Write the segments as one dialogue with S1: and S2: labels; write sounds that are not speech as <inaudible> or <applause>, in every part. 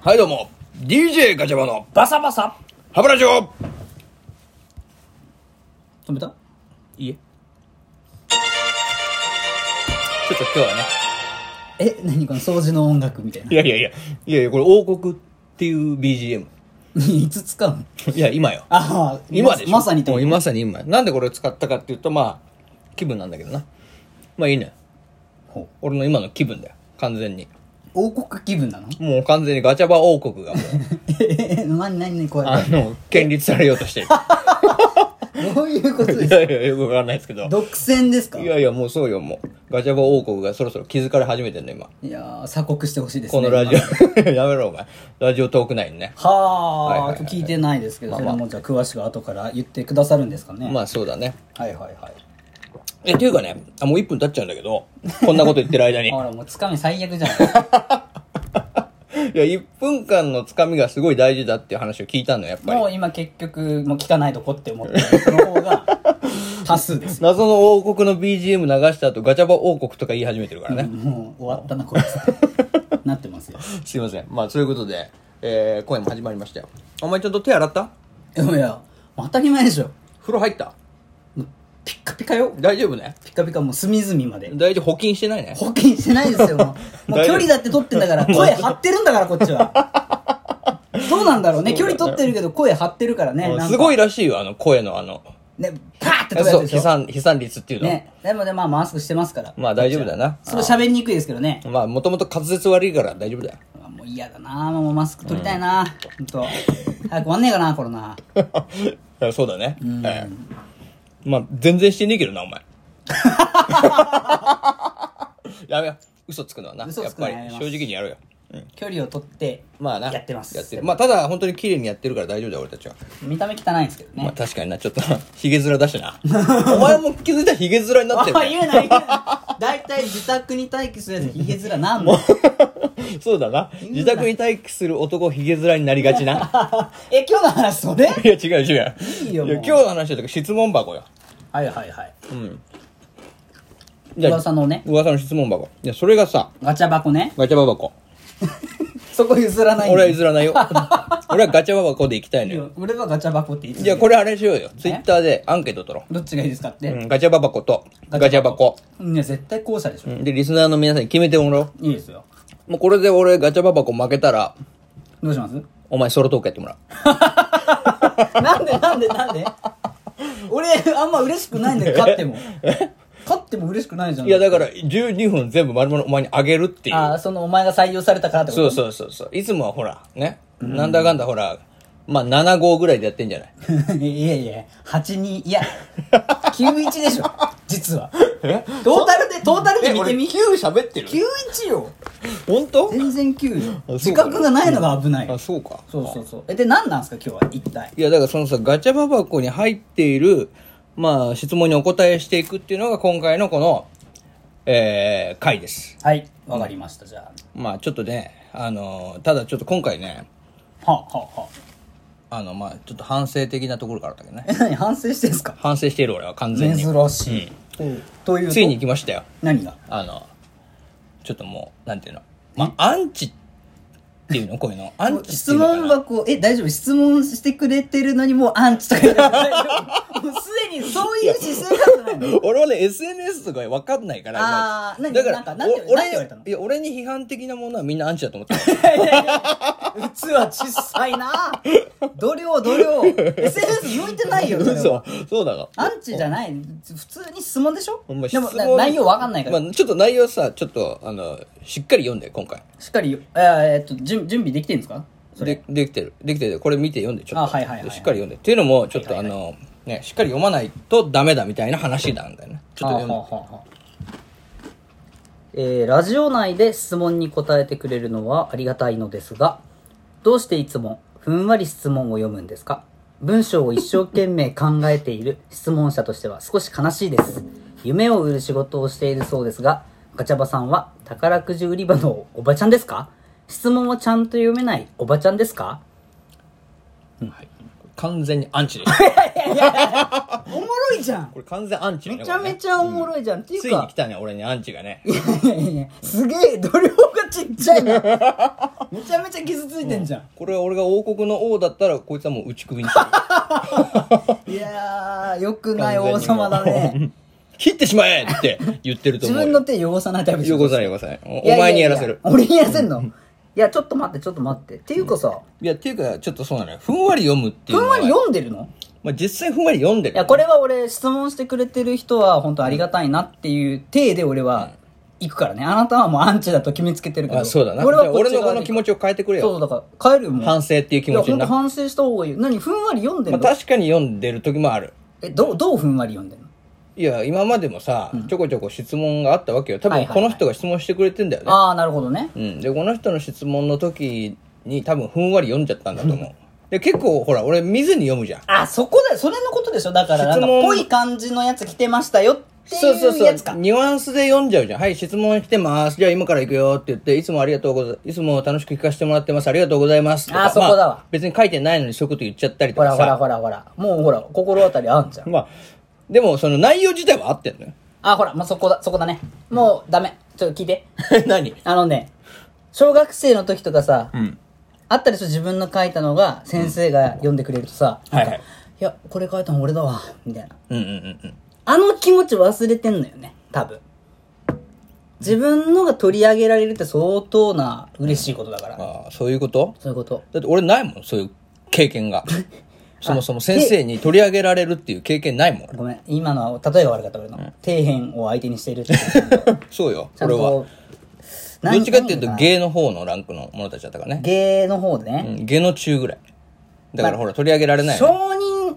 S1: はいどうも DJ ガチャバの
S2: バサバサ
S1: ハブラジオ
S2: 止めたいいえ
S1: ちょっと今日はね
S2: え何この掃除の音楽みたいない
S1: やいやいやいやいやこれ王国っていう BGM <laughs>
S2: いつ使うの
S1: いや今よ
S2: ああ
S1: 今
S2: ま
S1: でしょ
S2: まさにと
S1: もうまさに今なんでこれを使ったかっていうとまあ気分なんだけどなまあいいね
S2: ほ
S1: 俺の今の気分だよ完全に
S2: 王国気分なの <laughs>
S1: もう完全にガチャバ王国がも <laughs> う
S2: え何何何これ
S1: あの建立されようと <laughs> してる
S2: どういうことで
S1: い
S2: すか
S1: やいやよくわかんないですけど
S2: 独占ですか
S1: い
S2: いや
S1: やいやもうそうよもうガチャバ王国がそろそろ気づかれ始めてんの今
S2: ー鎖国してほしいです
S1: こ
S2: ね
S1: のラジオ <laughs> やめろお前ラジオトーク内にね
S2: はあ、
S1: はいはいはい
S2: 聞いてないですけど、
S1: まあ
S2: そ
S1: まあ
S2: れもじゃあ詳しく後から言ってくださるんですかね、
S1: まあそうだね
S2: はいはいはい
S1: えっていうかねあもう1分経っちゃうんだけどこんなこと言ってる
S2: <laughs>
S1: 間にい
S2: ほらもうつかみ最悪じゃん
S1: <laughs> や1分間のつかみがすごい大事だっていう話を聞いたのやっぱり
S2: もう今結局もう聞かないとこって思ってるその方が多数です
S1: 謎の王国の BGM 流した後ガチャバ王国とか言い始めてるからね、
S2: もう終わったなこいつなってま
S1: <laughs>
S2: すよ
S1: すいませんまあそういうことで、えー、今夜も始まりましたよお前ちゃんと手洗った
S2: いやいや当たり前でしょ
S1: 風呂入った
S2: ピッカピカよ
S1: 大丈夫ね
S2: ピッカピカもう隅々まで
S1: 大丈夫補菌してないね
S2: 保険してないですよも
S1: <laughs>
S2: うもう
S1: 大丈
S2: 距
S1: 夫
S2: 離だって取ってんだから声張ってるんだからこっちは
S1: <laughs>
S2: どうなんだろうね距離取ってるけど声張ってるからね
S1: うん
S2: なんか
S1: すごいらしいよあの声のあの
S2: ねパーって取るやつ
S1: そう
S2: で
S1: 飛
S2: しょ
S1: 散飛散率っていうの、
S2: ねでもねまあマスクしてますから
S1: まあ大丈夫だな
S2: それ喋りにくいですけどね
S1: まあもともと滑舌悪いから大丈夫だよ <laughs>
S2: うわもう嫌だなもうマスク取りたいな、ほんと早く終わんねえかなコロナ
S1: いやそうだね、ええまあ全然してねえけどな
S2: <laughs>
S1: お前やめよ嘘つくのはな
S2: 嘘
S1: やっ
S2: つくの
S1: ぱ
S2: は
S1: り
S2: やめます
S1: 正直にやろうよ、うん、
S2: 距離を取って
S1: まあな
S2: やってます
S1: やってるまあただ本当に綺麗にやってるから大丈夫だよ俺たちは、
S2: 見た目汚いんですけどね、
S1: まあ確かになちょっとヒゲ面だしな <laughs> お前も気づいたらヒゲ面になってる
S2: <laughs> あ
S1: ね
S2: 言うな言うな大体自宅に待機するやつヒゲ面な
S1: <laughs>
S2: んの
S1: そうだな自宅に待機する男ヒゲ面になりがち
S2: <laughs>
S1: な
S2: え今日の話それはい
S1: や違う違う
S2: いいよ
S1: や
S2: も
S1: 今
S2: う
S1: 日の話だと質問箱よ
S2: いはいはい
S1: うんじゃあ
S2: 噂のね
S1: 噂の質問箱いやそれがさ
S2: ガチャ箱ね
S1: ガチャババコ
S2: そこ譲らないんだ
S1: 俺は譲らない <laughs> よ俺はガチャババコで行きたいの
S2: い
S1: よ
S2: や俺はガチャ箱って言って
S1: じゃあこれあれしようよツイッターでアンケート取ろ
S2: どっちがいいですかっ
S1: う、
S2: て、
S1: うん、ガチャババコとガチャバコ
S2: いや絶対後者でしょ、
S1: うんでリスナーの皆さんに決めてもらおう
S2: いいですよ
S1: もうこれで俺ガチャババコ負けたら
S2: どうします
S1: お前ソロトークやってもらう
S2: なんでなんでなんで俺あんま嬉しくないんだよ勝っ
S1: <laughs>
S2: ても勝っても嬉しくないじゃん
S1: いやだから12分全部丸々お前にあげるっていう
S2: ああそのお前が採用されたからってこと
S1: そうそうそうそういつもはほらねなんだかんだほらまあ7号ぐらいでやってんじゃない
S2: <laughs> いやいや、82、いや、91でしょ、実は。トータルで、トータルで見てみ。
S1: 喋ってる
S2: 91よ。
S1: 本当
S2: 全然9よ。
S1: そう
S2: 自
S1: か
S2: 覚がないのが危ない。
S1: あそうか
S2: そうそうそう。え、で、何なんすか、今日は、一体。
S1: いやだからそのさガチャババコに入っているまあ質問にお答えしていくっていうのが今回のこのえー、回です
S2: はい、わかりました、じゃ
S1: まあちょっとねあのーただちょっと今回ね
S2: あ。はあ、はあ、はあ。
S1: あのまあちょっと反省的なところからだけどね
S2: え、何、反省してんすか
S1: 反省している俺は完全
S2: 珍
S1: に
S2: しい。というと
S1: ついに来ましたよ
S2: 何が
S1: あのちょっともうなんていうのまあアンチっていうのこういう
S2: <laughs>
S1: のアンチってい
S2: 質
S1: うのかな
S2: 問箱、え、大丈夫質問してくれてるのにもうアンチとか言って <laughs> 大丈夫もうすでにそういう姿勢がないの
S1: 俺はね SNS とか分かんないから
S2: あー
S1: いまいち
S2: 何
S1: だ
S2: な
S1: か
S2: んから何て
S1: お
S2: 何て言われたの
S1: いや俺に批判的なものはみんなアンチだと思ってる
S2: 器小さいな度量度量 SNS 向いてないよそれは
S1: <laughs> 嘘そうなの
S2: アンチじゃない普通に質問でしょ
S1: ほんま
S2: でも
S1: 質問
S2: な内容わかんないから、
S1: まあ、ちょっと内容さちょっとあのしっかり読んで今回
S2: しっかりよえーえーっと準準備できてるんですかそれ
S1: でできてるできてるこれ見て読んでちょっと
S2: あはいはいはいはい
S1: しっかり読んでっていうのもちょっと、あのねしっかり読まないとダメだみたいな話なんだよねちょっと読ん
S2: はあ
S1: で
S2: はあはあえーラジオ内で質問に答えてくれるのはありがたいのですがどうしていつもふんわり質問を読むんですか文章を一生懸命考えている質問者としては少し悲しいです夢を売る仕事をしているそうですがガチャバさんは宝くじ売り場のおばちゃんですか質問をちゃんと読めないおばちゃんですか
S1: 完全にアンチ
S2: <laughs>
S1: です
S2: おもろいじゃん
S1: これ完全アンチだねこ
S2: ゃおもろいじゃん、って
S1: れねついに来たね俺にアンチがね <laughs>
S2: いやいやいや、すげえ、度量がちっちゃいな。
S3: めちゃめちゃ傷ついてんじゃん、
S1: これは俺が王国の王だったらこいつはもう打ち首にしてる <laughs>
S3: いやーよくない王様だ
S1: <laughs>
S3: ね
S1: 切ってしまえって言ってると
S3: 自
S1: 思う
S3: 分の手汚さないタイプでしょ
S1: 汚さない汚さないお
S3: いやいやいや
S1: お前にやらせる
S3: 俺にやらせんの
S2: いや、ちょっと待って、ちょっと待って。っていうかさ、
S1: いやっていうかちょっとそうなのよふんわり読むっていう
S3: ふ
S1: の
S3: ん
S1: は
S3: わり読んでるの
S1: まあ、実際ふんわり読んでる
S2: いや、これは俺、質問してくれてる人は、本当ありがたいなっていう体で俺は、行くからね。あなたはもうアンチだと決めつけてるけど。
S1: あそうだな
S2: 俺
S1: 俺
S2: は
S1: 俺のこの気持
S2: ち
S1: ちを変えてくれ
S2: そう
S1: よ
S2: そう、だから、帰るよもん。
S1: 反省っていう気持ちに
S2: いや、
S1: な、
S2: ほんと反省した方がいいよ。何、ふんわり読んで
S1: ま
S2: る
S1: あ、
S2: の
S1: 確かに読んでる時もある
S2: え、どう、どうふんわり読んでるの
S1: いや今までもさ、ちょこちょこ質問があったわけよ多
S2: はい
S1: 分
S2: はいはい
S1: この人が質問してくれてんだよね、
S2: ああ、なるほどね。
S1: うん、でこの人の質問の時に多分ふんわり読んじゃったんだと思うで結構ほら俺見ずに読むじゃん
S2: あ、そこで、それのことでしょだから、な
S1: 質
S2: んか、
S1: 問
S2: ぽい感じのやつ来てましたよっていうやつか。
S1: ニュアンスで読んじゃうじゃん。はい、質問来てます。じゃあ今から行くよって言って、いつもありがとうございます。いつも楽しく聞かせてもらってます。ありがとうございます。とか
S2: あそこだわ
S1: まあ別に書いてないのにそういうこと言っちゃったりと
S2: ほ
S1: からさ。
S2: ほらほらほら。もうほら、心当たりあんじゃん。
S1: まあ、でもその内容自体は合ってんのよ。
S2: あ、ほら、もうそこだ、そこだね。もう、ダメ。ちょっと聞いて。
S1: 何
S2: あのね、小学生の時とかさ、
S1: うん。
S2: あったでしょ自分の書いたのが、先生が読んでくれるとさ、
S1: うんはいはい
S2: なんかいや、これ書いたの俺だわ、みたいな。
S1: うんうんうんうん。
S2: あの気持ち忘れてんのよね、多分。自分のが取り上げられるって相当な嬉しいことだから。
S1: ああ、そういうこと
S2: そういうこと。
S1: だって俺ないもん、そういう経験が。そもそも先生に取り上げられるっていう経験ないもん。俺
S2: ごめん、今のは、例えが悪かった俺の。底辺を相手にしているっていう。
S1: そうよ、
S2: ちゃ
S1: <laughs>
S2: ん
S1: 俺
S2: と
S1: は。
S2: こう。
S1: どっちかっていうと
S2: 何
S1: 芸の方のランクの者たちだったからね。
S2: 芸の方で
S1: う
S2: ね。
S1: ん、下の中ぐらい。だからほら、取り上げられないよね。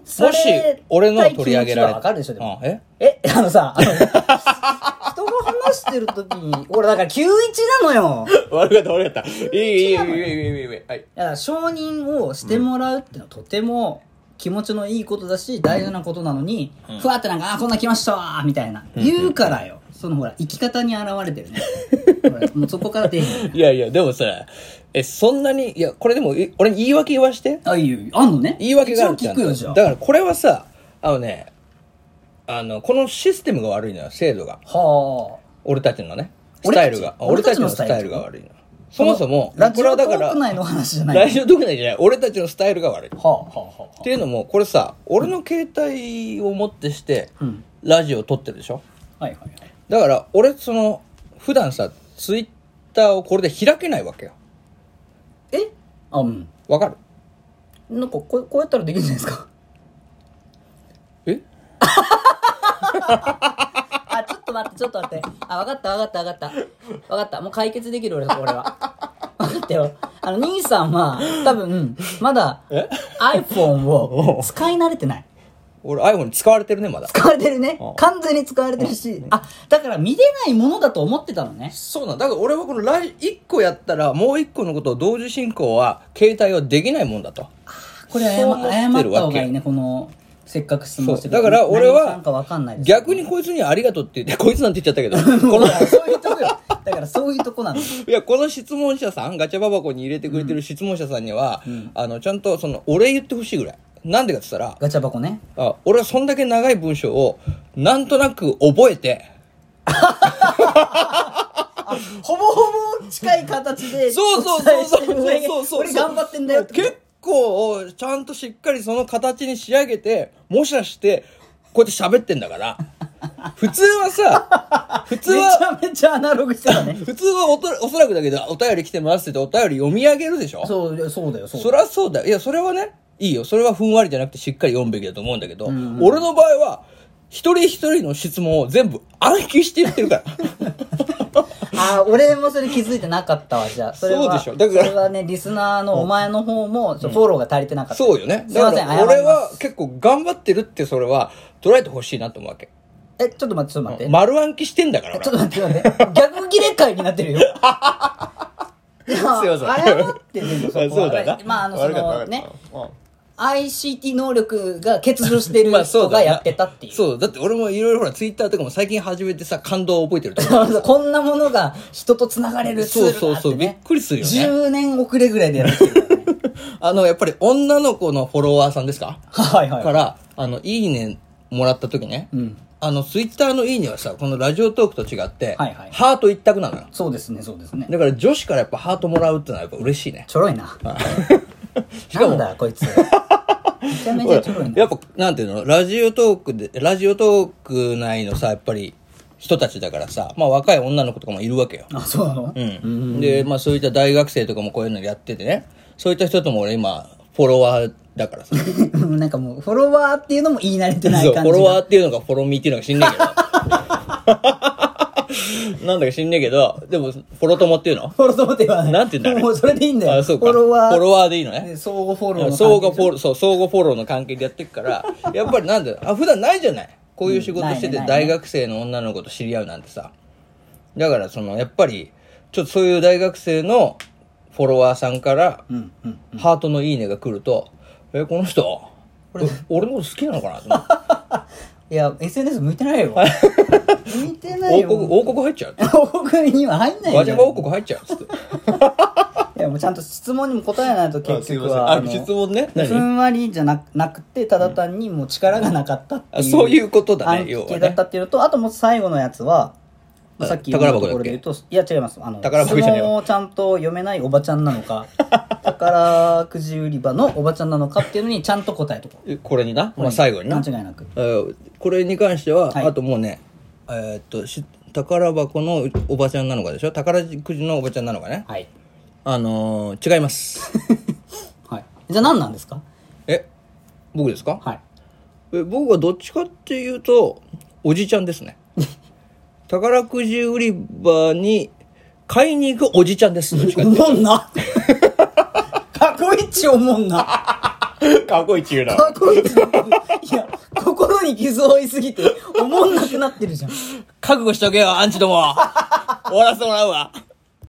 S2: 承認さ
S1: も
S2: れ
S1: し、俺の取り上げられ
S2: たい気持ちはわかるでしょ、でも。
S1: うんえ
S2: え、あのさ、あの <laughs> 人が話してる時に、俺だから91なのよ。
S1: 悪かった、悪かった。いい、いい、いい、いい、いい、いい。はい。
S2: だから承認をしてもらうってのはとても気持ちのいいことだし、大事なことなのに、ふわってなんか、あー、こんなん来ましたわーみたいな。言うからよ。そのほら、生き方に現れてる
S1: <laughs>
S2: ね。ほらもうそこから出へん。
S1: いやいや、でもさ、え、そんなに、いや、これでも、い俺に言い訳言わして。
S2: あ、いいよ。あんのね。
S1: 言い訳がある
S2: 一
S1: じ
S2: 応
S1: ゃ
S2: 聞
S1: ん
S2: くよ、
S1: と。
S2: じゃあ。
S1: だからこれはさ、あのね、あの、このシステムが悪いのよ、制度が。
S2: はあ。
S1: 俺たちのね、ス
S2: 俺た
S1: タ
S2: ち
S1: イルが。
S2: 俺
S1: 俺
S2: た
S1: た
S2: ち
S1: ち
S2: の
S1: の
S2: ス
S1: ス
S2: タイル
S1: タイルが悪いの。そもそも、
S2: ラ
S1: こ
S2: ジ
S1: れ
S2: オ
S1: は
S2: ト
S1: だか
S2: ー
S1: ら、
S2: ク内の話じゃない。は
S1: ラジオ特内じゃない、俺たちのスタイルが悪い。
S2: あ、はあ、はあ
S1: っ。ていうのもこれさ俺の携帯を持ってして
S2: うん
S1: ラジオ撮ってるでしょ
S2: はいはいはい。
S1: だから俺その普段さツイッターをこれで開けないわけよ
S2: えあ、うん。
S1: わかる
S2: なんかこう、こうやったらできるんじゃないですか。
S1: え
S2: あ、ちょっと待って、ちょっと待って。あ、わかった、わかった、わかった。わかった。もう解決できる俺、これは。わかったよ。あの、兄さんは、多分、まだ、iPhone を使い慣れてない。
S1: 俺 iPhone に使われてるねまだ
S2: 使われてるね
S1: うん。
S2: 完全に使われてるし。あ、だから見れないものだと思ってたのね。
S1: そうなんだから俺はこのラジ1個やったらもう1個のことを同時進行は携帯はできないもんだと
S2: これ謝、
S1: そう思
S2: 謝
S1: って
S2: った
S1: る
S2: 方
S1: わけ
S2: がいいね、この、せっかく質問し
S1: そ
S2: て
S1: うだから俺は
S2: 何さんかわかんないです
S1: 逆にこいつにありがとうって言ってこいつなんて言っちゃったけど <laughs>
S2: も
S1: こ
S2: う
S1: の
S2: <laughs> そういうとこよ。だからそういうとこなの。
S1: いやこの質問者さんガチャババコに入れてくれてる質問者さんには、あのちゃんとそのお礼言ってほしいぐらいなんでかって言ったら
S2: ガチャ箱ね。
S1: あ俺はそんだけ長い文章をなんとなく覚えて
S2: ほぼほぼ近い形で
S1: そうそうそうそうそうそう
S2: 俺頑張ってんだよって
S1: 結構ちゃんとしっかりその形に仕上げて模写してこうやって喋ってんだから普通はさ普通は
S2: めちゃめちゃアナログしてたね
S1: 普通はおとおそらくだけどお便り来てますって言ってお便り読み上げるでしょ
S2: そういやそうだよそう
S1: そ
S2: だ
S1: りゃそうだよいやそれはねいいよそれはふんわりじゃなくてしっかり読むべきだと思うんだけど、俺の場合は一人一人の質問を全部暗記して言ってる
S2: <laughs>
S1: から
S2: あー俺もそれ気づいてなかったわじゃあそれは
S1: そうでしょだから
S2: それはねリスナーのお前の方もちょフォローが足りてなかった
S1: そうよね。
S2: すい
S1: だ
S2: ま
S1: か
S2: せん謝
S1: ら
S2: ります
S1: 俺は結構頑張ってるってそれは捉えてほしいなと思うわけ。
S2: えちょっと待ってちょっと待って
S1: 丸暗記してんだから
S2: ちょっ
S1: 俺。
S2: と待ってちょっと待って逆切れ会になってるよすい
S1: ません
S2: 謝ってるよそこは
S1: あそうだな
S2: まああのそ
S1: 悪かった
S2: のね
S1: 悪
S2: ICT 能力が欠如し
S1: <laughs>
S2: てる人がやってたって <laughs> いう
S1: そう、だって俺もいろいろほらツイッターとかも最近始めてさ、感動を覚えてるとか。
S2: こんなものが人と繋がれるツールだって、
S1: そ
S2: ね、
S1: うそうそうびっくりするよね
S2: 10年遅れぐらいでやってる、
S1: <laughs>
S2: ね、
S1: <laughs> あの、やっぱり女の子のフォロワーさんですか
S2: はいはい
S1: から、あの、いいねもらった時ね。
S2: うん
S1: あの、ツイッターのいいねはさ、このラジオトークと違って、
S2: はいはい
S1: ハート一択なのよ。
S2: そうですね、そうですね。
S1: だから女子からやっぱハートもらうってのはやっぱ嬉しいね。
S2: <laughs> ちょろいな。
S1: しか
S2: な
S1: も
S2: ん、だ、こいつ。めちゃめちゃちょろいな。
S1: <laughs> やっぱ、なんていうの、ラジオトークで、ラジオトーク内のさ、やっぱり人たちだからさ、まあ若い女の子とかもいるわけよ。
S2: あ、そうなの <laughs>
S1: うん。で、まあそういった大学生とかもこういうのやっててね、そういった人とも俺今、フォロワーだからさ。
S2: うんなんかもう、フォロワーっていうのも言い慣れてない
S1: そう、フ
S2: 感
S1: ォ
S2: じ
S1: ロ
S2: が。
S1: ワーっていうのかフォロミーっていうのか知んねえけど。 <laughs> なんだか知んねえけど、でも、フォロ友っていうの
S2: フォローとではない。
S1: なんて言うんだあれ
S2: もうそれでいいんだよ。
S1: あ、そうか。
S2: フォロワー。
S1: フォロワーでいいのね
S2: ね。相互フォローの関係
S1: 相互フォロー、そう、相互フォローの関係でやってくか
S2: <laughs>
S1: ら、やっぱりなんだあ、普段ないじゃない。こういう仕事してて
S2: うんないねないね
S1: 大学生の女の子と知り合うなんてさ。だから、その、やっぱり、ちょっとそういう大学生のフォロワーさんから、
S2: うんうん。
S1: ハートのいいねが来ると、え、この人、お俺のこと好きなのかなと思って
S2: いや、SNS 向いてないよ。
S3: 向いてない
S1: 王国、
S3: よ。
S1: 王国入っちゃう。
S2: 僕には入んない
S1: ガ
S2: よ。
S1: ジャバ王国入っちゃうっつって。
S2: いや、もうちゃんと質問にも答えないと結局は。
S1: あ
S2: あ、の
S1: 質問ね。
S2: ふ
S1: 何
S2: んわりじゃなくなくて、ただ単にもう力がなかったって
S1: あ
S2: いう。
S1: そういうことだね、要
S2: 暗記
S1: は
S2: 系だっ
S1: ね
S2: た。っていうのと、あともう最後のやつは、
S1: あ
S2: さっき言ったところで言うと、いや違います。あの、
S1: 宝箱じゃねえよ
S2: 質問をちゃんと読めないおばちゃんな
S1: <laughs>
S2: のか、宝くじ売り場のおばちゃんなのかっていうのにちゃんと答えとこう。
S1: これにな、まあ、最後にな
S2: 間。違いなく。
S1: えーこれに関しては、
S2: はい
S1: あともうね、えーっと、し宝箱のおばちゃんなのかでしょ宝くじのおばちゃんなのかね
S2: はい。
S1: あのー違います。
S2: はい。じゃあ何なんですか
S1: え、僕ですか
S2: はい。
S1: え僕はどっちかっていうと、おじちゃんですね。宝くじ売り場に買いに行くおじちゃんです。どっちか
S2: お
S1: っていう
S2: もんな <laughs> 過去一おもんな
S1: とかっこいいって言うな
S2: 過去一おもんないや、心に傷を負いすぎて、おもんなくなってるじゃん。
S1: 覚悟しとけよ、アンチども。終わらせてもらうわ。